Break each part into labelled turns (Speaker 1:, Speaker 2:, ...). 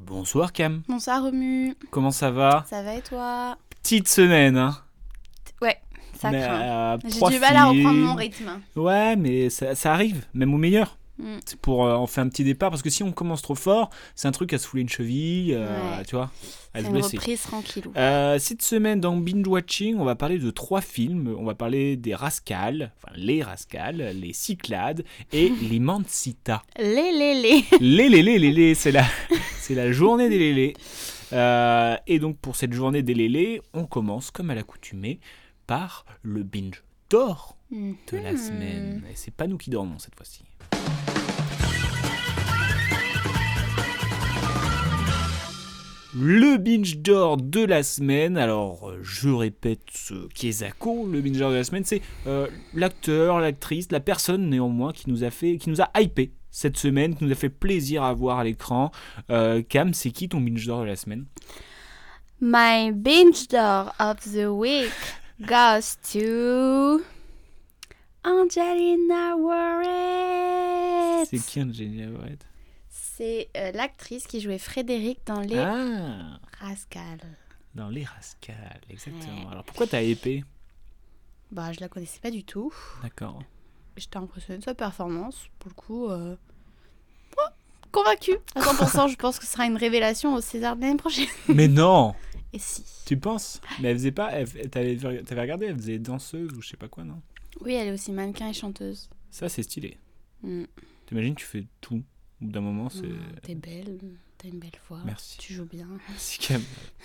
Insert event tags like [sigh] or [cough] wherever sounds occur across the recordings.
Speaker 1: Bonsoir Cam.
Speaker 2: Bonsoir Romu.
Speaker 1: Comment ça va
Speaker 2: Ça va et toi
Speaker 1: Petite semaine. Hein
Speaker 2: ouais, ça
Speaker 1: Mais,
Speaker 2: craint.
Speaker 1: euh,
Speaker 2: J'ai
Speaker 1: trois
Speaker 2: du mal à
Speaker 1: filles.
Speaker 2: reprendre mon rythme.
Speaker 1: Ouais, mais ça, ça arrive, même au meilleur.
Speaker 2: Mm.
Speaker 1: C'est pour euh, en faire un petit départ, parce que si on commence trop fort, c'est un truc à se fouler une cheville, euh,
Speaker 2: Ouais.
Speaker 1: tu vois, à
Speaker 2: C'est
Speaker 1: se
Speaker 2: une
Speaker 1: blesser.
Speaker 2: reprise tranquillou.
Speaker 1: Euh, cette semaine dans Binge Watching, on va parler de trois films. On va parler des Rascals, enfin les Rascals, les Cyclades
Speaker 2: [laughs]
Speaker 1: et les Mancitas.
Speaker 2: Les, les, les.
Speaker 1: Les les les les les, c'est la, [laughs] c'est la journée des lélés. Euh, et donc pour cette journée des lélés, on commence comme à l'accoutumée par le binge d'or de
Speaker 2: Hmm.
Speaker 1: la semaine. Et c'est pas nous qui dormons cette fois-ci. Le binge d'or de la semaine, alors euh, je répète ce qu'Ezako, le binge d'or de la semaine, c'est euh, l'acteur, l'actrice, la personne néanmoins qui nous a fait, qui nous a hypé cette semaine, qui nous a fait plaisir à voir à l'écran. Euh, Cam, c'est qui ton binge d'or de la semaine
Speaker 2: My binge door of the week goes to Angelina Warren.
Speaker 1: C'est qui Angelina Everett
Speaker 2: C'est euh, l'actrice qui jouait Frédéric dans Les
Speaker 1: Ah
Speaker 2: Rascals.
Speaker 1: Dans les rascals, exactement. Alors pourquoi t'as hypé
Speaker 2: Bah, je la connaissais pas du tout.
Speaker 1: D'accord.
Speaker 2: J'étais impressionnée de sa performance. Pour le coup, euh, ouais, convaincue. À [laughs] 100%, je pense que ce sera une révélation au César de l'année prochaine. [laughs]
Speaker 1: Mais non
Speaker 2: Et si
Speaker 1: Tu penses Mais elle faisait pas. elle- elle- T'avais t'avais regardé, elle faisait danseuse ou je sais pas quoi, non
Speaker 2: Oui, elle est aussi mannequin et chanteuse.
Speaker 1: Ça, c'est stylé.
Speaker 2: Mm.
Speaker 1: T'imagines, tu fais tout. Au bout d'un moment, c'est.
Speaker 2: Mm,
Speaker 1: [laughs]
Speaker 2: T'es belle, t'as une belle voix.
Speaker 1: Merci.
Speaker 2: Tu joues [laughs] bien.
Speaker 1: Merci, Cam.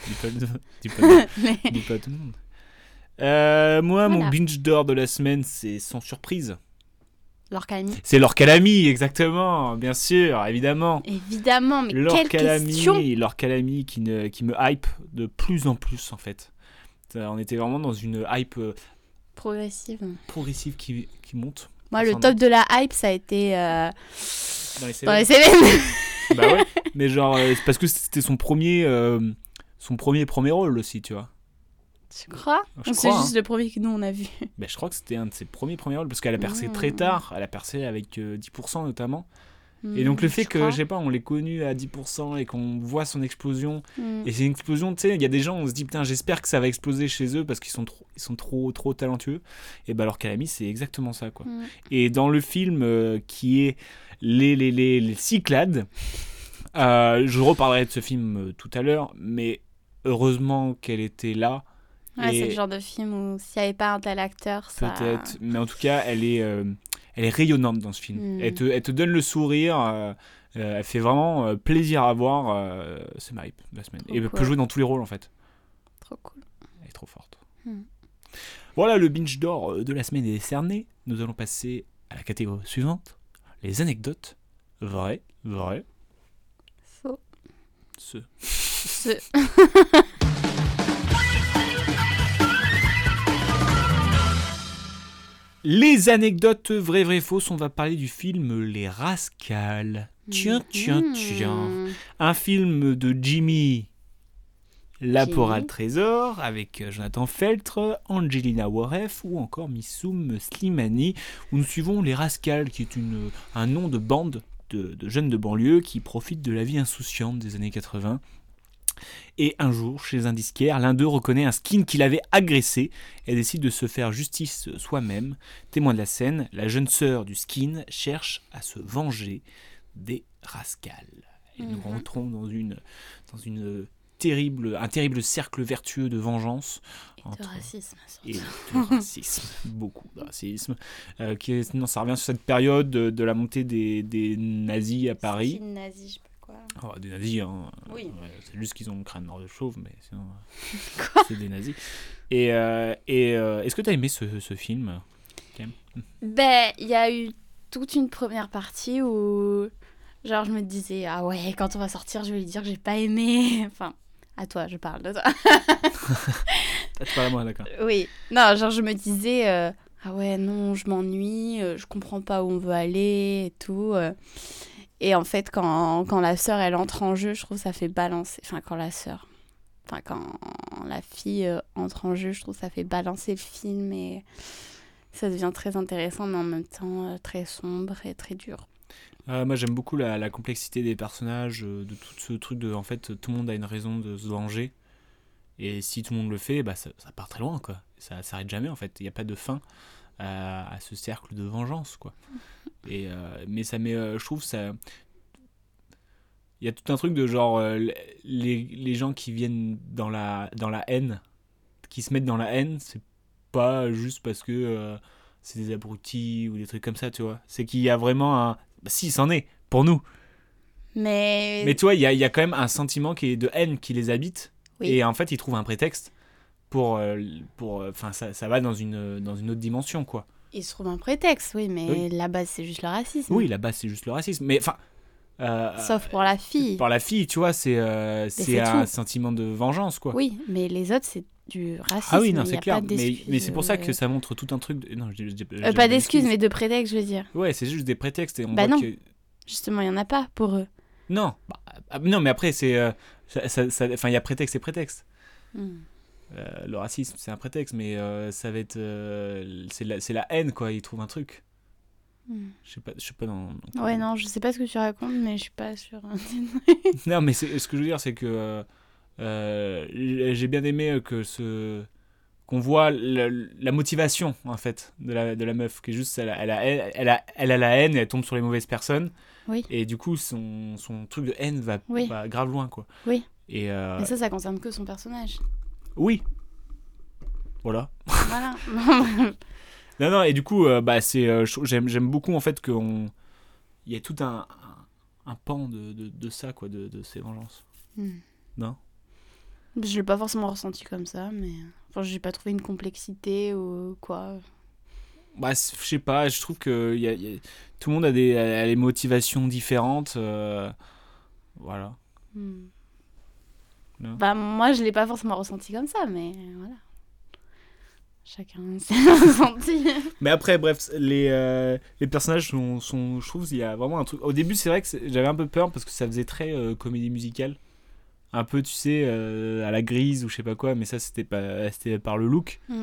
Speaker 1: Dis pas, dis pas-
Speaker 2: Mais-
Speaker 1: dis pas à tout le monde. Euh, moi, mon
Speaker 2: Voilà.
Speaker 1: binge d'or de la semaine, c'est sans surprise.
Speaker 2: Laure Calamy.
Speaker 1: C'est Laure Calami, exactement, bien sûr, évidemment.
Speaker 2: Évidemment, mais
Speaker 1: Laure
Speaker 2: quelle question
Speaker 1: Calami, Laure Calami qui, ne- qui me hype de plus en plus, en fait. Ça, On était vraiment dans une hype euh,
Speaker 2: progressive.
Speaker 1: progressive qui, qui monte.
Speaker 2: Moi, le
Speaker 1: Enfin,
Speaker 2: top de la hype, ça a été euh,
Speaker 1: Dans les
Speaker 2: dans les
Speaker 1: séries.
Speaker 2: Cévennes.
Speaker 1: Bah ouais. Mais genre, euh, c'est parce que c'était son premier, euh, son premier premier rôle aussi, tu vois.
Speaker 2: [laughs] Tu crois
Speaker 1: Je
Speaker 2: On
Speaker 1: crois,
Speaker 2: sait
Speaker 1: hein.
Speaker 2: juste le premier que nous on a vu.
Speaker 1: Ben, je crois que c'était un de ses premiers premiers rôles parce qu'elle a percé
Speaker 2: Mm.
Speaker 1: très tard. Elle a percé avec euh, 10% notamment. Et donc le fait
Speaker 2: Mmh, Je
Speaker 1: que,
Speaker 2: Mm, crois.
Speaker 1: je sais pas, on l'ait connu à 10% et qu'on voit son explosion.
Speaker 2: Mm.
Speaker 1: Et c'est une explosion, tu sais, il y a des gens, on se dit, putain, j'espère que ça va exploser chez eux parce qu'ils sont trop, ils sont trop, trop talentueux. Et bah alors Calami, c'est exactement ça, quoi.
Speaker 2: Mm.
Speaker 1: Et dans le film euh, qui est Les, les, les, les Cyclades, euh, je reparlerai de ce film euh, tout à l'heure, mais heureusement qu'elle était là.
Speaker 2: Ouais,
Speaker 1: Et-
Speaker 2: c'est le genre de film où s'il n'y avait pas un tel acteur, ça.
Speaker 1: Peut-être, mais en tout cas, elle est, euh, elle est rayonnante dans ce film.
Speaker 2: Mm.
Speaker 1: Elle, te, elle te donne le sourire, euh, euh, elle fait vraiment euh, plaisir à voir. euh, c'est ma hype de la semaine.
Speaker 2: Trop
Speaker 1: et elle peut
Speaker 2: cool.
Speaker 1: jouer dans tous les rôles en fait.
Speaker 2: Trop cool.
Speaker 1: Elle est trop forte.
Speaker 2: Mm.
Speaker 1: Voilà, le binge d'or euh, de la semaine est cerné. Nous allons passer à la catégorie suivante les anecdotes vraies, vraies,
Speaker 2: Faux.
Speaker 1: ce.
Speaker 2: Ce-
Speaker 1: Les anecdotes vraies, vraies, fausses, on va parler du film Les Rascals. Tiens, tiens, tiens.
Speaker 2: Mm.
Speaker 1: un film de Jimmy Laporal
Speaker 2: Jimmy.
Speaker 1: Trésor avec euh, Jonathan Feltre, Angelina Waref ou encore Missoum Slimani où nous suivons les Rascals qui est une, euh, un nom de bande de, de jeunes de banlieue qui profitent de la vie insouciante des années 80. Et un jour, chez un disquaire, l'un d'eux reconnaît un skin qu'il avait agressé et décide de se faire justice soi-même. Témoin de la scène, la jeune sœur du skin cherche à se venger des rascals. Et nous
Speaker 2: Mhm.
Speaker 1: rentrons dans une dans une terrible un terrible cercle vertueux de vengeance
Speaker 2: De
Speaker 1: entre-
Speaker 2: racisme. surtout.
Speaker 1: et de racisme, [laughs] beaucoup de racisme. Euh, qui est- non, ça revient sur cette période de, de la montée des, des nazis à Paris.
Speaker 2: Style nazi, je sais pas quoi.
Speaker 1: Oh, des nazis, hein.
Speaker 2: Oui.
Speaker 1: Ouais, c'est juste qu'ils ont le crâne noir de chauve, mais sinon,
Speaker 2: [laughs]
Speaker 1: euh, c'est des nazis. Et, euh, et euh, est-ce que tu as aimé ce, ce film
Speaker 2: Ben, il y a eu toute une première partie où Genre, je me disais, ah ouais, quand on va sortir, je vais lui dire que j'ai pas aimé. [laughs] Enfin, à toi, je parle de toi.
Speaker 1: Ah, tu parles à moi, d'accord.
Speaker 2: Oui. Non, genre, je me disais, euh, ah ouais, non, je m'ennuie, euh, je comprends pas où on veut aller et tout. euh. Et en fait, quand, quand la sœur, elle entre en jeu, je trouve que ça fait balancer. Enfin, quand la sœur. Enfin, quand la fille euh, entre en jeu, je trouve que ça fait balancer le film et ça devient très intéressant, mais en même temps euh, très sombre et très dur.
Speaker 1: Euh, moi, j'aime beaucoup la, la complexité des personnages, euh, de tout ce truc de. En fait, tout le monde a une raison de se venger. Et si tout le monde le fait, bah, ça, ça part très loin, quoi. Ça s'arrête jamais, en fait. Il n'y a pas de fin à, à ce cercle de vengeance, quoi. Et, euh, mais ça met. euh, je trouve ça. Il y a tout un truc de genre. euh, les, les gens qui viennent dans la, dans la haine, qui se mettent dans la haine, c'est pas juste parce que. euh, c'est des abrutis ou des trucs comme ça, tu vois. C'est qu'il y a vraiment un. Bah, si, c'en est, pour nous.
Speaker 2: Mais,
Speaker 1: Mais tu vois, il y a, il y a quand même un sentiment qui est de haine qui les habite.
Speaker 2: Oui.
Speaker 1: Et en fait, ils trouvent un prétexte pour. euh, pour enfin, ça, ça va dans une, euh, dans une autre dimension, quoi.
Speaker 2: il se trouve un prétexte, oui, mais
Speaker 1: Oui.
Speaker 2: la base, c'est juste le racisme.
Speaker 1: Oui, là-bas, c'est juste le racisme. Mais enfin. euh,
Speaker 2: Sauf pour la fille.
Speaker 1: Pour la fille, tu vois, c'est euh, c'est
Speaker 2: c'est
Speaker 1: un
Speaker 2: tout.
Speaker 1: sentiment de vengeance, quoi.
Speaker 2: Oui, mais les autres, c'est du racisme.
Speaker 1: Ah oui, non,
Speaker 2: il y
Speaker 1: c'est
Speaker 2: a
Speaker 1: clair.
Speaker 2: Pas
Speaker 1: Mais,
Speaker 2: d'excuse,
Speaker 1: mais c'est pour ça que
Speaker 2: euh,
Speaker 1: ça montre tout un truc. de- Non, je dis- je dis- je
Speaker 2: euh,
Speaker 1: dis
Speaker 2: pas d'excuses, mais de prétexte, je veux dire.
Speaker 1: Ouais, c'est juste des prétextes. Et on
Speaker 2: Bah
Speaker 1: voit
Speaker 2: non.
Speaker 1: que-
Speaker 2: Justement, il n'y en a pas pour eux.
Speaker 1: Non. Bah, ah, non, mais après, c'est. euh, ça- ça- ça- Enfin, il y a prétexte et prétexte.
Speaker 2: Hmm.
Speaker 1: Euh, le racisme, c'est un prétexte, mais euh, ça va être. euh, c'est la, c'est la haine, quoi. Ils trouvent un truc.
Speaker 2: Hmm.
Speaker 1: Je sais pas, je sais pas dans. dans-
Speaker 2: Ouais, non, je sais pas ce que tu racontes, mais je suis pas sûre. [laughs]
Speaker 1: Non, mais c'est- ce que je veux dire, c'est que. euh, euh, J'ai bien aimé euh, que ce. Qu'on voit la, la motivation, en fait, de la, de la meuf, qui est juste. Elle a, elle, a, elle, a, elle a la haine, elle tombe sur les mauvaises personnes.
Speaker 2: Oui.
Speaker 1: Et du coup, son, son truc de haine va,
Speaker 2: Oui.
Speaker 1: va grave loin, quoi.
Speaker 2: Oui.
Speaker 1: Et. euh,
Speaker 2: Mais ça, ça concerne que son
Speaker 1: [laughs]
Speaker 2: personnage.
Speaker 1: Oui. Voilà. [laughs]
Speaker 2: voilà.
Speaker 1: Non, non, et du coup, euh, bah, c'est, euh, je trouve- j'aime, j'aime beaucoup en fait qu'on. Il y a tout un, un, un pan de, de, de ça, quoi, de, de ces vengeances.
Speaker 2: Hmm.
Speaker 1: Non
Speaker 2: je l'ai pas forcément ressenti comme ça, mais. Enfin, j'ai pas trouvé une complexité ou quoi.
Speaker 1: Bah, c'est- je sais pas, je trouve que il y a- il y a- tout le monde a des, a des motivations différentes. euh, Voilà.
Speaker 2: Hmm.
Speaker 1: Non.
Speaker 2: Bah, moi, je l'ai pas forcément ressenti comme ça, mais voilà. Chacun [laughs] ses ressentis.
Speaker 1: Mais après, bref, les, euh, les personnages sont, sont- Je trouve il y a vraiment un truc. Au début, c'est vrai que c'est- j'avais un peu peur parce que ça faisait très euh, comédie musicale. Un peu, tu sais, euh, à la grise ou je sais pas quoi, mais ça, c'était pas- c'était par le look.
Speaker 2: Mm.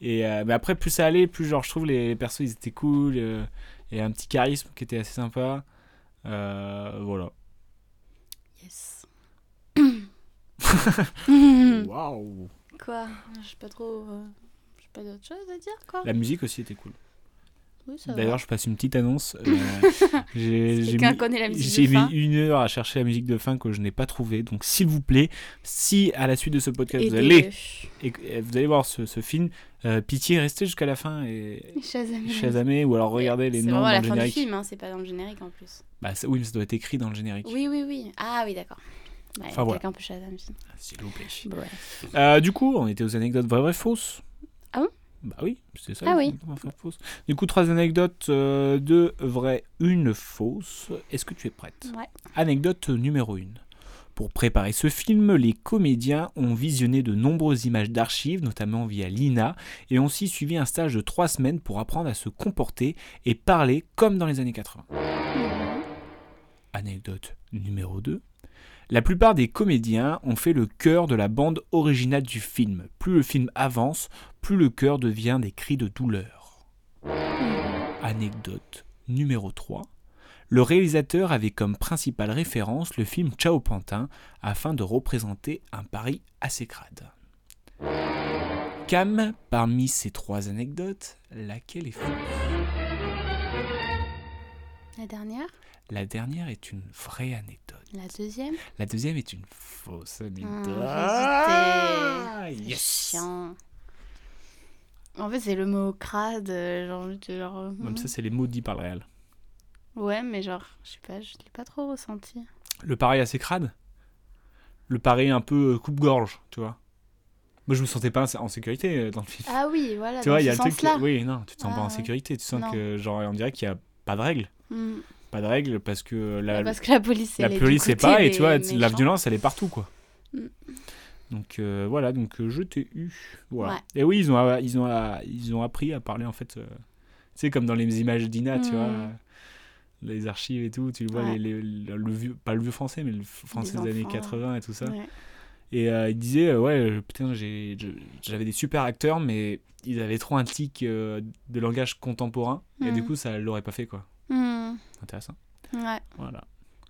Speaker 1: Et, euh, mais après, plus ça allait, plus genre, je trouve les, les persos, ils étaient cool. euh, Il y a un petit charisme qui était assez sympa. Euh, voilà. [coughs]
Speaker 2: Yes. Mm.
Speaker 1: Waouh!
Speaker 2: Quoi Je sais pas trop. euh, Je sais pas d'autre chose à dire, quoi.
Speaker 1: La musique aussi était cool.
Speaker 2: Oui, ça va.
Speaker 1: D'ailleurs, je passe une petite annonce.
Speaker 2: [laughs]
Speaker 1: Euh, j'ai-
Speaker 2: Si
Speaker 1: j'ai
Speaker 2: quelqu'un
Speaker 1: mis-
Speaker 2: connaît la musique
Speaker 1: J'ai
Speaker 2: de fin,
Speaker 1: mis une heure à chercher la musique de fin que je n'ai pas trouvée. Donc, s'il vous plaît, si à la suite de ce podcast vous allez,
Speaker 2: aidez-le.
Speaker 1: et, que- et vous allez voir ce, ce film, euh, pitié, restez jusqu'à la fin
Speaker 2: [laughs]
Speaker 1: et
Speaker 2: Shazam.
Speaker 1: chasamez ou alors regardez les
Speaker 2: C'est
Speaker 1: noms dans
Speaker 2: vraiment à la
Speaker 1: le
Speaker 2: fin du
Speaker 1: générique.
Speaker 2: film, hein, c'est pas dans le générique en plus.
Speaker 1: Bah, ça- oui, mais ça doit être écrit dans le générique.
Speaker 2: Oui, oui, oui. Ah oui, d'accord. Ouais,
Speaker 1: Enfin, voilà.
Speaker 2: Quelqu'un peut Shazam. sinon.
Speaker 1: S'il vous plaît.
Speaker 2: Bon, ouais.
Speaker 1: Euh, du coup, on était aux anecdotes vraies, vraies, fausses.
Speaker 2: Ah bon
Speaker 1: Bah oui, c'est ça.
Speaker 2: Ah
Speaker 1: les
Speaker 2: oui.
Speaker 1: anecdotes vraies, vraies, fausses. Du coup, trois anecdotes, euh, deux vraies, une fausse. Est-ce que tu es prête
Speaker 2: Ouais.
Speaker 1: Anecdote numéro 1. Pour préparer ce film, les comédiens ont visionné de nombreuses images d'archives, notamment via l'INA, et ont aussi suivi un stage de trois semaines pour apprendre à se comporter et parler comme dans les années 80. Anecdote numéro 2. La plupart des comédiens ont fait le cœur de la bande originale du film. Plus le film avance, plus le cœur devient des cris de douleur. Anecdote numéro 3. Le réalisateur avait comme principale référence le film Ciao Pantin afin de représenter un Paris assez crade. Cam, parmi ces trois anecdotes, laquelle est fausse
Speaker 2: La dernière
Speaker 1: La dernière est une vraie anecdote.
Speaker 2: La deuxième
Speaker 1: La deuxième est une fausse anecdote.
Speaker 2: Ah, C'est
Speaker 1: yes
Speaker 2: Chiant. En fait, c'est le mot crade. euh, Genre, de- genre, euh,
Speaker 1: Même ça, c'est les mots dits par le réel.
Speaker 2: Ouais, mais genre, je sais pas, je l'ai pas trop ressenti.
Speaker 1: Le pareil assez crade Le pareil un peu euh, coupe-gorge, tu vois. Moi, je me sentais pas en sécurité euh, dans le film.
Speaker 2: Ah oui, voilà.
Speaker 1: tu
Speaker 2: dans
Speaker 1: vois, il
Speaker 2: ce
Speaker 1: y a le truc.
Speaker 2: sens-là.
Speaker 1: Oui, non, tu te sens
Speaker 2: Ah,
Speaker 1: pas en
Speaker 2: ouais.
Speaker 1: sécurité. Tu sens
Speaker 2: Non.
Speaker 1: que, genre, on dirait qu'il y a pas de règles.
Speaker 2: Hmm.
Speaker 1: pas de règles parce que la,
Speaker 2: Bah, Parce que la police,
Speaker 1: Euh, la
Speaker 2: elle est du
Speaker 1: police c'est
Speaker 2: côté
Speaker 1: pas et
Speaker 2: des
Speaker 1: tu vois la
Speaker 2: méchants.
Speaker 1: violence elle est partout quoi
Speaker 2: Mm.
Speaker 1: donc euh, voilà donc euh, je t'ai eu voilà
Speaker 2: Ouais.
Speaker 1: et oui ils ont euh, ils ont ils ont appris à parler en fait euh, tu sais comme dans les images d'Ina tu
Speaker 2: Mm.
Speaker 1: vois euh, les archives et tout tu vois
Speaker 2: Ouais.
Speaker 1: les- les- le vieux pas le vieux français mais le f- français des
Speaker 2: Les
Speaker 1: années
Speaker 2: enfants,
Speaker 1: 80 et tout ça
Speaker 2: Ouais.
Speaker 1: et euh, il disait euh, ouais euh, putain j'ai je- j'avais des super acteurs mais ils avaient trop un tic euh, de langage contemporain et du
Speaker 2: Mm.
Speaker 1: coup ça l'aurait pas fait quoi hein.
Speaker 2: Hmm,
Speaker 1: intéressant
Speaker 2: Mm. ouais.
Speaker 1: voilà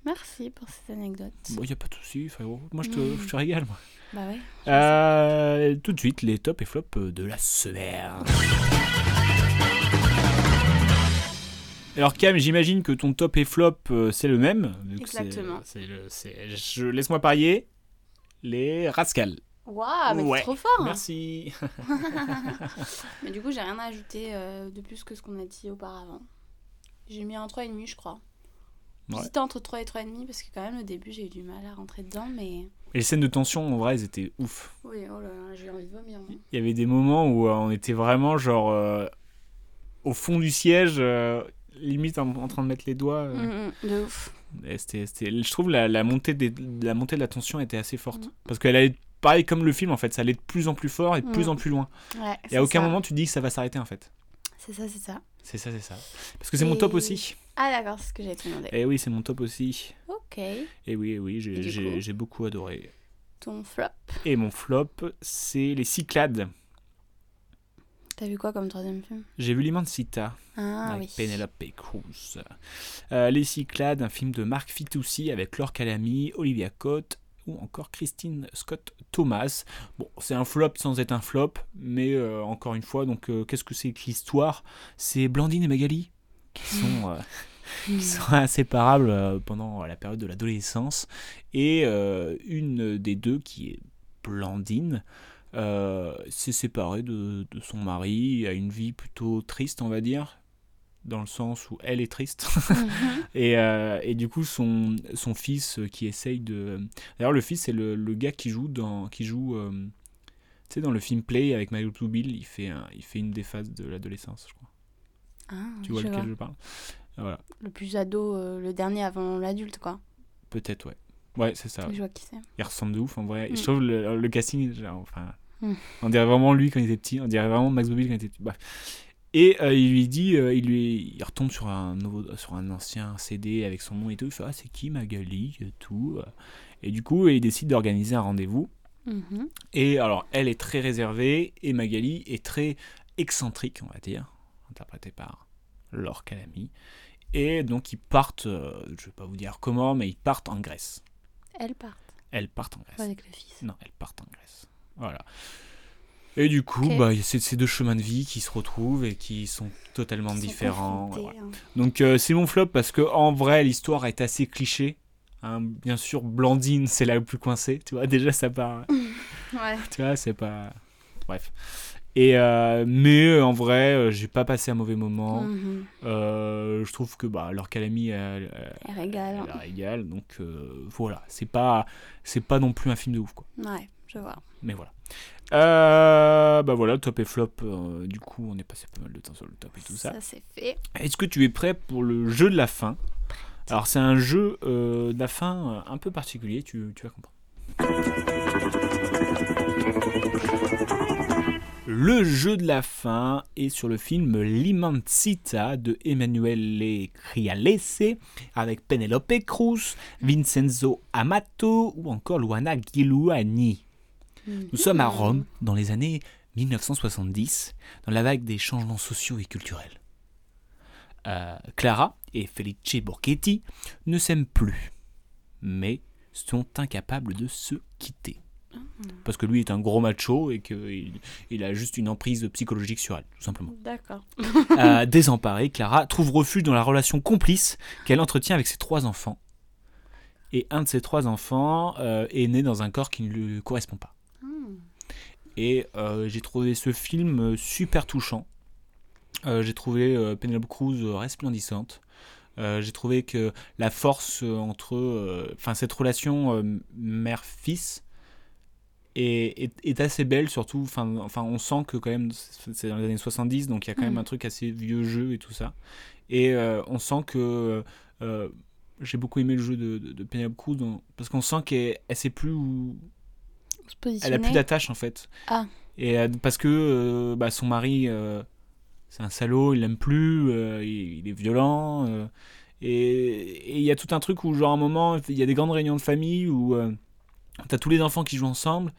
Speaker 2: Merci pour cette anecdote.
Speaker 1: bon y a pas de souci frérot moi je te
Speaker 2: Mm.
Speaker 1: je te régale moi
Speaker 2: Bah ouais.
Speaker 1: Euh, tout de suite, les tops et flops de la semaine. Alors Cam, j'imagine que ton top et flop, euh, c'est le même. vu que c'est-
Speaker 2: Exactement.
Speaker 1: c'est le- c'est- je laisse-moi parier. Les rascals.
Speaker 2: Waouh, mais
Speaker 1: Ouais.
Speaker 2: c'est trop fort. hein.
Speaker 1: Merci.
Speaker 2: Mais du coup, j'ai rien à ajouter euh, de plus que ce qu'on a dit auparavant. J'ai mis un 3,5, je crois.
Speaker 1: Ouais.
Speaker 2: J'étais entre 3 et 3,5 parce que, quand même, au début, j'ai eu du mal à rentrer dedans, mais.
Speaker 1: Et les scènes de tension, en vrai, elles étaient ouf.
Speaker 2: Oui, oh là là, j'ai eu envie de vomir. moi.
Speaker 1: Il y avait des moments où euh, on était vraiment genre euh, au fond du siège, euh, limite en, en train de mettre les doigts. euh,
Speaker 2: Mm, mm, de ouf.
Speaker 1: Et c'était- c'était- je trouve la, la montée des- la montée de la tension était assez
Speaker 2: Mm.
Speaker 1: forte. Parce qu'elle allait, pareil comme le film en fait, ça allait de plus en plus fort et de plus
Speaker 2: Mm.
Speaker 1: en plus loin.
Speaker 2: Ouais,
Speaker 1: Et
Speaker 2: c'est
Speaker 1: à aucun
Speaker 2: ça.
Speaker 1: moment tu te dis que ça va s'arrêter en fait.
Speaker 2: C'est ça, c'est ça.
Speaker 1: C'est ça, c'est ça. Parce que c'est mon top
Speaker 2: Et-
Speaker 1: aussi.
Speaker 2: Ah, d'accord, c'est ce que j'avais te demandé.
Speaker 1: Et oui, c'est mon top aussi.
Speaker 2: Ok.
Speaker 1: Et oui, eh oui, j'ai-
Speaker 2: Et du
Speaker 1: j'ai
Speaker 2: coup
Speaker 1: j'ai beaucoup adoré.
Speaker 2: Ton flop.
Speaker 1: Et mon flop, c'est les Cyclades.
Speaker 2: T'as vu quoi comme troisième film
Speaker 1: J'ai vu l'Immensita
Speaker 2: Ah
Speaker 1: avec
Speaker 2: oui.
Speaker 1: Penelope Cruz. Euh, les Cyclades, un film de Marc Fitoussi avec Laure Calamy, Olivia Cotte ou encore Christine Scott Thomas. Bon, c'est un flop sans être un flop, mais euh, encore une fois, donc euh, qu'est-ce que c'est que l'histoire C'est Blandine et Magali qui sont, euh, qui sont inséparables euh, pendant la période de l'adolescence et euh, une des deux qui est Blandine euh, s'est séparée de, de son mari, a une vie plutôt triste, on va dire, dans le sens où elle est triste. [laughs] et, euh, et du coup, son, son fils euh, qui essaye de. D'ailleurs, le fils, c'est le, le gars qui joue dans. Qui joue, euh, tu sais, dans le film Play avec My Little Bill, il fait, un- il fait une des phases de l'adolescence, je crois.
Speaker 2: [laughs] Ah,
Speaker 1: Tu vois
Speaker 2: je
Speaker 1: lequel
Speaker 2: vois.
Speaker 1: je parle Voilà,
Speaker 2: Le plus ado, euh, le dernier avant l'adulte, quoi.
Speaker 1: peut-être, ouais. Ouais, c'est ça. Ah ouais.
Speaker 2: Je vois qui c'est.
Speaker 1: Il ressemble de ouf en vrai. Et Je
Speaker 2: Mm.
Speaker 1: trouve le, le casting, genre, enfin,
Speaker 2: Mm.
Speaker 1: on dirait vraiment lui quand il était petit, on dirait vraiment Max Bobby quand il était petit. Bref. Et euh, il lui dit, euh, il lui, il retombe sur un nouveau, sur un ancien CD avec son nom et tout. Il fait ah c'est qui Magali et tout. euh. Et du coup, il décide d'organiser un rendez-vous.
Speaker 2: Mhm.
Speaker 1: Et alors, elle est très réservée et Magali est très excentrique, on va dire, interprétée par Laure Calamy. Et donc, ils partent, euh, je vais pas vous dire comment, mais ils partent en Grèce.
Speaker 2: Elle part.
Speaker 1: Elles partent en Grèce.
Speaker 2: Pas avec le fils.
Speaker 1: Non, elles partent en Grèce. Voilà. Et du coup,
Speaker 2: Ok.
Speaker 1: bah, il y a ces ces deux chemins de vie qui se retrouvent et qui sont totalement
Speaker 2: Ils sont
Speaker 1: différents.
Speaker 2: confrontés,
Speaker 1: voilà.
Speaker 2: hein.
Speaker 1: Donc euh, c'est mon flop parce que en vrai, l'histoire est assez cliché. hein. bien sûr, Blandine, c'est la plus coincée. Tu vois, [laughs] déjà ça part.
Speaker 2: Ouais.
Speaker 1: tu vois, c'est pas. Bref. Et euh, mais euh, en vrai, euh, j'ai pas passé un mauvais moment.
Speaker 2: Mhm.
Speaker 1: Euh, je trouve que bah, leur calamie, elle,
Speaker 2: Elle régale.
Speaker 1: elle la régale. Donc euh, voilà, c'est pas, c'est pas non plus un film de ouf quoi.
Speaker 2: Ouais, je vois.
Speaker 1: Mais voilà. Euh, bah voilà, top et flop. euh, du coup, on est passé pas mal de temps sur le top et tout ça.
Speaker 2: c'est fait.
Speaker 1: Est-ce que tu es prêt pour le jeu de la fin Alors, c'est un jeu euh, de la fin euh, un peu particulier, tu, tu vas comprendre. Le jeu de la fin est sur le film L'Immensita de Emanuele Crialese avec Penelope Cruz, Vincenzo Amato ou encore Luana Giluani. Nous sommes à Rome dans les années 1970, dans la vague des changements sociaux et culturels. Euh, Clara et Felice Borghetti ne s'aiment plus, mais sont incapables de se quitter. Parce que lui est un gros macho et qu'il il a juste une emprise psychologique sur elle, tout simplement.
Speaker 2: D'accord.
Speaker 1: [laughs] Euh, désemparée, Clara trouve refuge dans la relation complice qu'elle entretient avec ses trois enfants. Et un de ses trois enfants euh, est né dans un corps qui ne lui correspond pas. Et euh, j'ai trouvé ce film euh, super touchant. Euh, j'ai trouvé euh, Penelope Cruz euh, resplendissante. Euh, j'ai trouvé que la force euh, entre, euh, enfin cette relation euh, mère-fils est, est- est assez belle surtout. Enfin, enfin, on sent que quand même c'est c'est dans les années 70, donc il y a quand même
Speaker 2: Mhm.
Speaker 1: un truc assez vieux jeu et tout ça. Et euh, on sent que Euh, j'ai beaucoup aimé le jeu de, de, de Penelope Cruz dans- parce qu'on sent qu'elle elle sait plus où, elle
Speaker 2: se
Speaker 1: a plus
Speaker 2: positionner.
Speaker 1: d'attache en fait.
Speaker 2: Ah.
Speaker 1: Et euh, parce que euh, bah, son mari, euh, c'est un salaud, il l'aime plus, euh, il, il est violent. euh, et et il y a tout un truc où, genre, à un moment, il y a des grandes réunions de famille où euh, t'as tous les enfants qui jouent ensemble.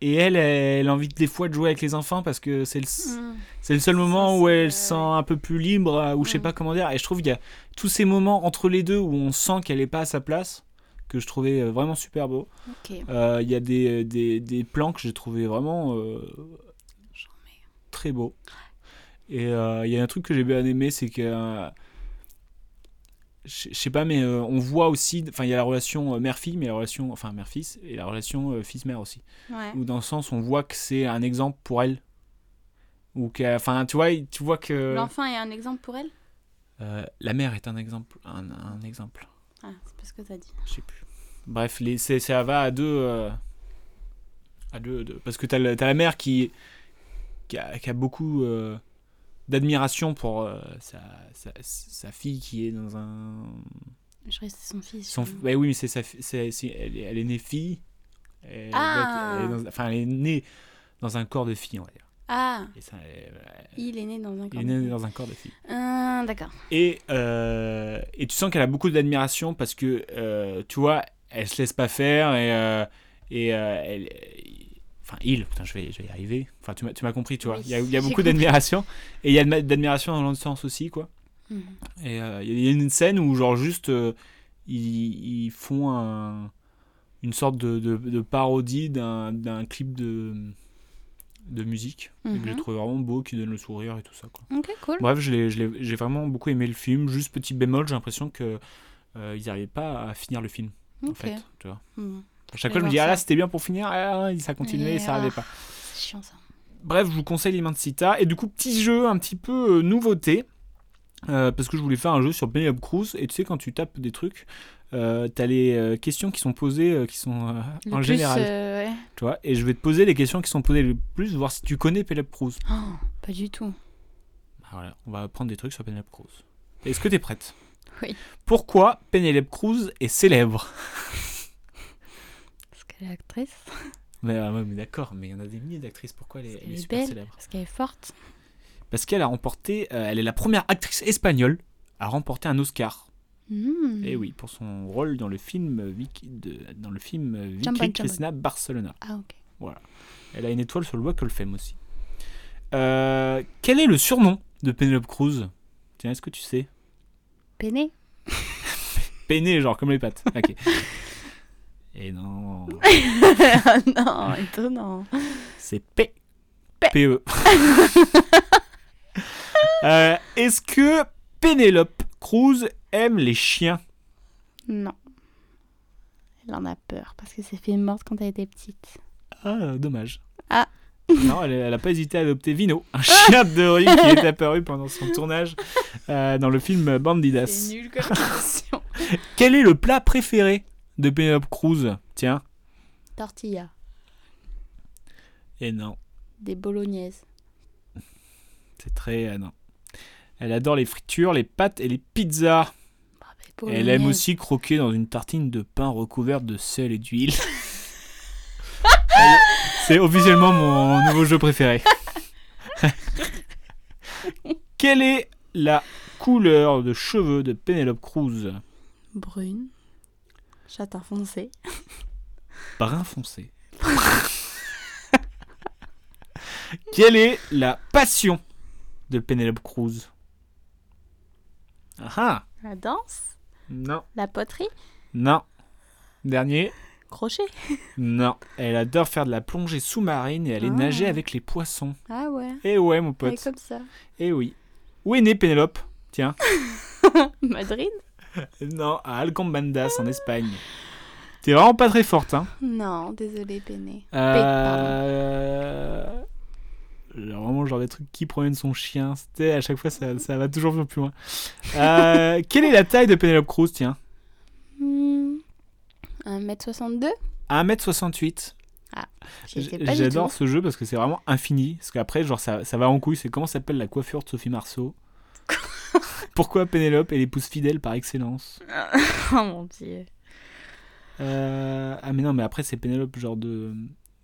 Speaker 1: Et elle, elle, elle a envie des fois de jouer avec les enfants parce que c'est le, s-
Speaker 2: Mm.
Speaker 1: c'est le seul moment où
Speaker 2: c'est-
Speaker 1: elle se sent un peu plus libre, euh, ou je sais
Speaker 2: euh, Mm.
Speaker 1: pas comment dire. Et je trouve qu'il y a tous ces moments entre les deux où on sent qu'elle est pas à sa place, que je trouvais euh, vraiment super beau.
Speaker 2: Ok.
Speaker 1: Euh, Il y a des, des, des plans que j'ai trouvé vraiment euh, très beaux. Et euh, il y a un truc que j'ai bien aimé, c'est que. euh, je je sais pas, mais euh, on voit aussi. Enfin, il y a la relation euh, mère-fille, mais la relation. Enfin, mère-fils, et la relation euh, fils-mère aussi.
Speaker 2: Ouais.
Speaker 1: Ou dans le sens, on voit que c'est un exemple pour elle. Ou que. Enfin, tu vois, tu vois que.
Speaker 2: L'enfant est un exemple pour elle
Speaker 1: euh, la mère est un exemple. Un, un exemple.
Speaker 2: Ah, c'est pas ce que t'as dit.
Speaker 1: Je sais plus. Bref, les, c'est, ça va à deux, euh, à deux, deux. Parce que t'as, le- t'as la mère qui, qui, a, qui a beaucoup euh, d'admiration pour euh, sa, sa- sa fille qui est dans un.
Speaker 2: Je reste son fils.
Speaker 1: Son,
Speaker 2: je-
Speaker 1: bah oui, mais c'est sa fi- c'est, c'est- elle, est- elle est née fille. Elle,
Speaker 2: Ah.
Speaker 1: doit être- elle est dans- enfin, elle est née dans un corps de fille, on va dire.
Speaker 2: Ah,
Speaker 1: Et ça, elle- elle-
Speaker 2: il est né dans un
Speaker 1: elle
Speaker 2: corps.
Speaker 1: Euh, est née dans un corps de fille.
Speaker 2: Ah, D'accord.
Speaker 1: Et, euh, et tu sens qu'elle a beaucoup d'admiration parce que, euh, tu vois, elle se laisse pas faire et, euh, et euh, elle. Enfin, il, putain, je vais, je vais y arriver. Enfin, tu m'as- tu m'as compris, tu vois.
Speaker 2: Oui,
Speaker 1: Il y a, il y a
Speaker 2: j'ai
Speaker 1: beaucoup
Speaker 2: compris.
Speaker 1: d'admiration. Et il y a de- d'admiration dans l'autre sens aussi, quoi.
Speaker 2: Mhm.
Speaker 1: Et euh, il y a- il y a une scène où, genre, juste, euh, ils, ils font un- une sorte de, de- de parodie d'un d'un clip de, de musique. Et que
Speaker 2: Mhm.
Speaker 1: j'ai trouvé vraiment beau, qui donne le sourire et tout ça, quoi.
Speaker 2: Ok, cool.
Speaker 1: Bref, je l'ai- je l'ai- j'ai vraiment beaucoup aimé le film. Juste petit bémol, j'ai l'impression que euh, ils n'arrivaient pas à finir le film. En
Speaker 2: ok. Mhm.
Speaker 1: fait, tu vois.
Speaker 2: Bon,
Speaker 1: À chaque fois, je
Speaker 2: Faut
Speaker 1: me
Speaker 2: voir
Speaker 1: dis ah
Speaker 2: ça.
Speaker 1: là c'était bien pour finir, ah, ça continuait,
Speaker 2: Et
Speaker 1: ça n'arrivait pas.
Speaker 2: c'est chiant ça.
Speaker 1: Bref, je vous conseille l'Immensita. Et du coup, petit jeu, un petit peu euh, nouveauté. euh, parce que je voulais faire un jeu sur Penelope Cruz. Et tu sais, quand tu tapes des trucs, euh, t'as les euh, questions qui sont posées, euh, qui sont euh,
Speaker 2: Le
Speaker 1: en
Speaker 2: plus,
Speaker 1: général.
Speaker 2: euh, ouais.
Speaker 1: Tu vois. Et je vais te poser les questions qui sont posées le plus, voir si tu connais Penelope Cruz.
Speaker 2: Oh, pas du tout.
Speaker 1: Bah voilà, on va prendre des trucs sur Penelope Cruz. Est-ce que t'es prête
Speaker 2: Oui.
Speaker 1: Pourquoi Penelope Cruz est célèbre
Speaker 2: Parce qu'elle est actrice,
Speaker 1: mais, euh, ouais, mais d'accord, mais il y en a des milliers d'actrices. Pourquoi elle est,
Speaker 2: Parce
Speaker 1: elle est
Speaker 2: qu'elle est
Speaker 1: super
Speaker 2: belle.
Speaker 1: célèbre
Speaker 2: parce qu'elle est forte.
Speaker 1: Parce qu'elle a remporté, euh, elle est la première actrice espagnole à remporter un Oscar.
Speaker 2: Mhm.
Speaker 1: Et Eh oui, pour son rôle dans le film euh, Vicky, de- dans le film euh,
Speaker 2: Jump on,
Speaker 1: Vicky
Speaker 2: jump on.
Speaker 1: Cristina Barcelona.
Speaker 2: Ah, ok.
Speaker 1: Elle a une étoile sur le Walk of Fame aussi. Euh, quel est le surnom de Penelope Cruz Tiens, est-ce que tu sais [laughs]
Speaker 2: Peiné
Speaker 1: Peiné, genre comme les pattes.
Speaker 2: [laughs]
Speaker 1: Ok. Et non.
Speaker 2: Non, étonnant.
Speaker 1: C'est P. PE. [laughs] Euh, Est-ce que Pénélope Cruz aime les chiens
Speaker 2: Non. Elle en a peur parce qu'elle s'est fait morte quand elle était petite.
Speaker 1: Ah, dommage.
Speaker 2: Ah.
Speaker 1: [laughs] Non, elle n'a pas hésité à adopter Vino, un chien de rue qui est apparu pendant son tournage euh, dans le film Bandidas.
Speaker 2: nul comme question.
Speaker 1: Quel est le plat préféré de Pénélope Cruz Tiens.
Speaker 2: [laughs] Tortilla,
Speaker 1: Et Eh non,
Speaker 2: des bolognaises.
Speaker 1: c'est très. euh, non. Elle adore les fritures, les pâtes et les pizzas.
Speaker 2: Ah, mais
Speaker 1: Et Elle aime
Speaker 2: bolognaise.
Speaker 1: aussi croquer dans une tartine de pain recouverte de sel et d'huile. Elle- C'est officiellement mon nouveau jeu préféré. Quelle est la couleur de cheveux de Penelope Cruz
Speaker 2: Brune, châtain foncé.
Speaker 1: Brun foncé. Quelle est la passion de Penelope Cruz Ah ah
Speaker 2: La danse,
Speaker 1: Non.
Speaker 2: la poterie,
Speaker 1: Non. Dernier.
Speaker 2: crochet.
Speaker 1: Non, elle adore faire de la plongée sous-marine et aller
Speaker 2: Ah.
Speaker 1: nager avec les poissons.
Speaker 2: Ah ouais,
Speaker 1: Eh ouais, mon
Speaker 2: elle est
Speaker 1: pote.
Speaker 2: comme ça.
Speaker 1: Eh oui. Où est née Pénélope Tiens.
Speaker 2: Madrid
Speaker 1: non, à Alcambandas, en Espagne. T'es vraiment pas très forte, hein.
Speaker 2: Non, désolé, Péné.
Speaker 1: Euh... genre Vraiment, genre des trucs qui promènent son chien. C'était à chaque fois, ça, ça va toujours plus loin. Euh, quelle est la taille de Pénélope Cruz Tiens.
Speaker 2: Hmm, 1m62
Speaker 1: 1m68.
Speaker 2: J'y étais pas du
Speaker 1: J'adore
Speaker 2: tout.
Speaker 1: ce jeu
Speaker 2: [laughs]
Speaker 1: parce que c'est vraiment infini. Parce qu'après, genre, ça, ça va en couille. C'est comment s'appelle la coiffure de Sophie Marceau Pourquoi Pénélope est l'épouse fidèle par excellence
Speaker 2: [laughs] oh mon dieu.
Speaker 1: Euh, Ah mais non, mais après c'est Pénélope genre de,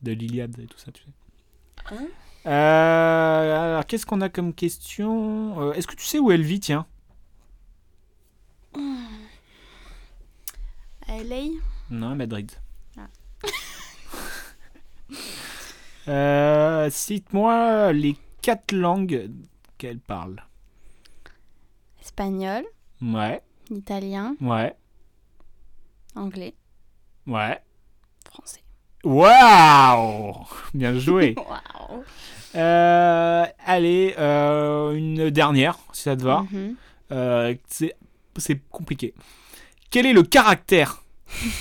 Speaker 1: de l'Iliade et tout ça, tu sais.
Speaker 2: Hein
Speaker 1: Euh, alors qu'est-ce qu'on a comme question Euh, Est-ce que tu sais où elle vit, tiens
Speaker 2: À LA
Speaker 1: Non, à Madrid.
Speaker 2: Ah.
Speaker 1: [laughs] Euh, Cite-moi les quatre langues qu'elle parle.
Speaker 2: Espagnol,
Speaker 1: Ouais,
Speaker 2: italien,
Speaker 1: ouais,
Speaker 2: anglais,
Speaker 1: ouais.
Speaker 2: français.
Speaker 1: Waouh Bien
Speaker 2: [laughs]
Speaker 1: joué.
Speaker 2: Waouh.
Speaker 1: Euh, allez, euh, une dernière, si ça te va.
Speaker 2: Mhm.
Speaker 1: Euh, c'est c'est compliqué. Quel est le caractère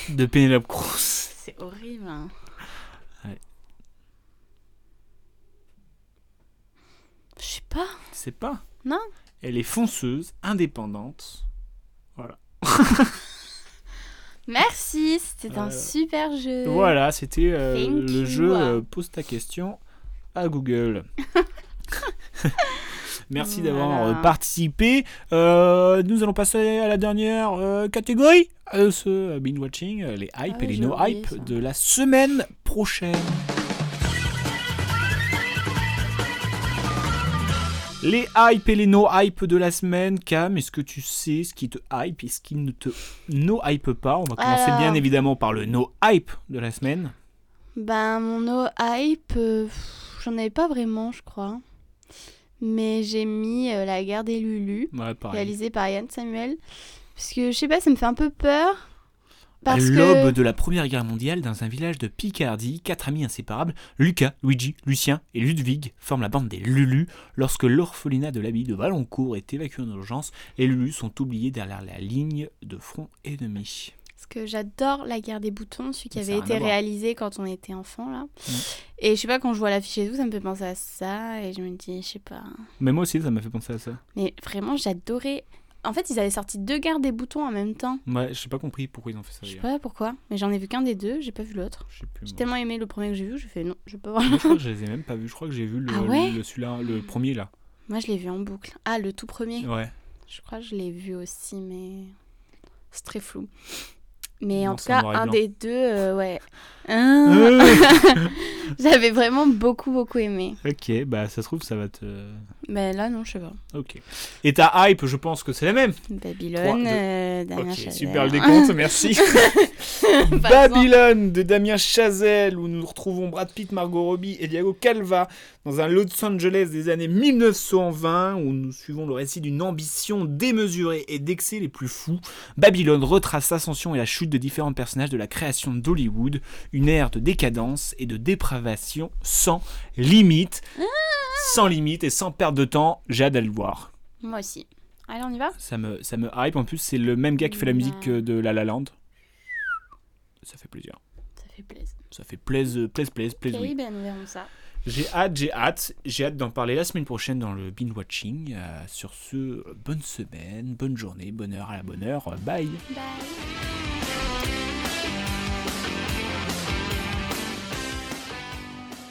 Speaker 1: de Penelope Cruz
Speaker 2: C'est horrible. hein.
Speaker 1: Ouais.
Speaker 2: Je sais pas.
Speaker 1: Je sais pas.
Speaker 2: Non.
Speaker 1: Elle est fonceuse, indépendante.
Speaker 2: Merci, c'était un
Speaker 1: Euh,
Speaker 2: super jeu.
Speaker 1: Voilà, c'était euh,
Speaker 2: Thank
Speaker 1: le
Speaker 2: you.
Speaker 1: jeu euh, Pose ta question à
Speaker 2: [laughs]
Speaker 1: Google. Merci d'avoir
Speaker 2: Voilà.
Speaker 1: euh, participé. Euh, nous allons passer à la dernière euh, catégorie, euh, ce euh, binge watching, euh, les hype
Speaker 2: Ah
Speaker 1: et
Speaker 2: ouais,
Speaker 1: les
Speaker 2: j'ai
Speaker 1: no
Speaker 2: oublié
Speaker 1: hype
Speaker 2: ça.
Speaker 1: de la semaine prochaine. Les hype et les no hype de la semaine, Cam, est-ce que tu sais ce qui te hype et ce qui ne te no hype pas On va commencer
Speaker 2: Alors.
Speaker 1: bien évidemment par le no hype de la semaine.
Speaker 2: Ben, mon no hype, euh, pff, j'en avais pas vraiment, je crois. Mais j'ai mis euh, La guerre des Lulu,
Speaker 1: Ouais, pareil.
Speaker 2: réalisée par Yann Samuel. Parce que, je sais pas, ça me fait un peu peur.
Speaker 1: À
Speaker 2: Parce
Speaker 1: l'aube
Speaker 2: que.
Speaker 1: de la Première Guerre mondiale, dans un village de Picardie, quatre amis inséparables, Lucas, Luigi, Lucien et Ludwig, forment la bande des Lulu. Lorsque l'orphelinat de l'abbaye de Valencourt est évacué en urgence, les Lulu sont oubliés derrière la ligne de front ennemi.
Speaker 2: Parce que j'adore La guerre des boutons, celui qui
Speaker 1: Mais ça
Speaker 2: avait
Speaker 1: a rien
Speaker 2: été
Speaker 1: à voir.
Speaker 2: réalisé quand on était enfant, là.
Speaker 1: Mm.
Speaker 2: Et je sais pas, quand je vois l'affiche et tout, ça me fait penser à ça. Et je me dis, je sais pas.
Speaker 1: Mais moi aussi, ça m'a fait penser à ça.
Speaker 2: Mais vraiment, j'adorais. En fait, ils avaient sorti deux guerres des boutons en même temps.
Speaker 1: Ouais, Bah, j'ai pas compris pourquoi ils ont fait ça.
Speaker 2: Je sais
Speaker 1: d'ailleurs.
Speaker 2: pas pourquoi, mais j'en ai vu qu'un des deux, j'ai pas vu l'autre.
Speaker 1: Je sais plus.
Speaker 2: J'ai
Speaker 1: moi.
Speaker 2: tellement aimé le premier que j'ai vu, j'ai fait non, je peux voir.
Speaker 1: Moi, je crois que je les ai même pas vus. Je crois que j'ai vu le,
Speaker 2: Ah ouais
Speaker 1: le- celui-là, le premier là.
Speaker 2: [laughs] Moi, je l'ai vu en boucle. Ah, le tout premier.
Speaker 1: Ouais.
Speaker 2: Je crois que je l'ai vu aussi, mais c'est très flou. Mais
Speaker 1: Non,
Speaker 2: en tout
Speaker 1: c'est en
Speaker 2: cas,
Speaker 1: noir et
Speaker 2: un
Speaker 1: blanc.
Speaker 2: des deux, euh, ouais. Hein [laughs] J'avais vraiment beaucoup, beaucoup aimé.
Speaker 1: ok, bah ça se trouve, ça va te.
Speaker 2: Mais là, non, je sais pas.
Speaker 1: Ok. Et ta hype, je pense que c'est la même. Trois,
Speaker 2: Babylone,
Speaker 1: deux.
Speaker 2: euh, Damien
Speaker 1: Ok,
Speaker 2: Chazelle.
Speaker 1: super
Speaker 2: [laughs]
Speaker 1: le décompte, merci.
Speaker 2: Pas besoin.
Speaker 1: Babylone de Damien Chazelle, où nous retrouvons Brad Pitt, Margot Robbie et Diego Calva dans un Los Angeles des années 1920, où nous suivons le récit d'une ambition démesurée et d'excès les plus fous. Babylone retrace l'ascension et la chute de différents personnages de la création d'Hollywood, une ère de décadence et de dépravation sans limite.
Speaker 2: Ah.
Speaker 1: Sans limite et sans perte de temps, j'ai hâte d'aller le voir.
Speaker 2: Moi aussi. Allez, on y va
Speaker 1: Ça me, ça me hype. En plus, c'est le même gars qui fait la musique que de La La Land. Ça fait plaisir.
Speaker 2: Ça fait plaisir.
Speaker 1: Ça fait plaise, plaise, plaise, plaise. oui.
Speaker 2: Terrible, nous verrons ça.
Speaker 1: J'ai hâte, j'ai hâte. J'ai hâte d'en parler la semaine prochaine dans le Bean Watching. Euh, sur ce, euh, bonne semaine, bonne journée, bonne heure à la bonne heure. Bye.
Speaker 2: Bye.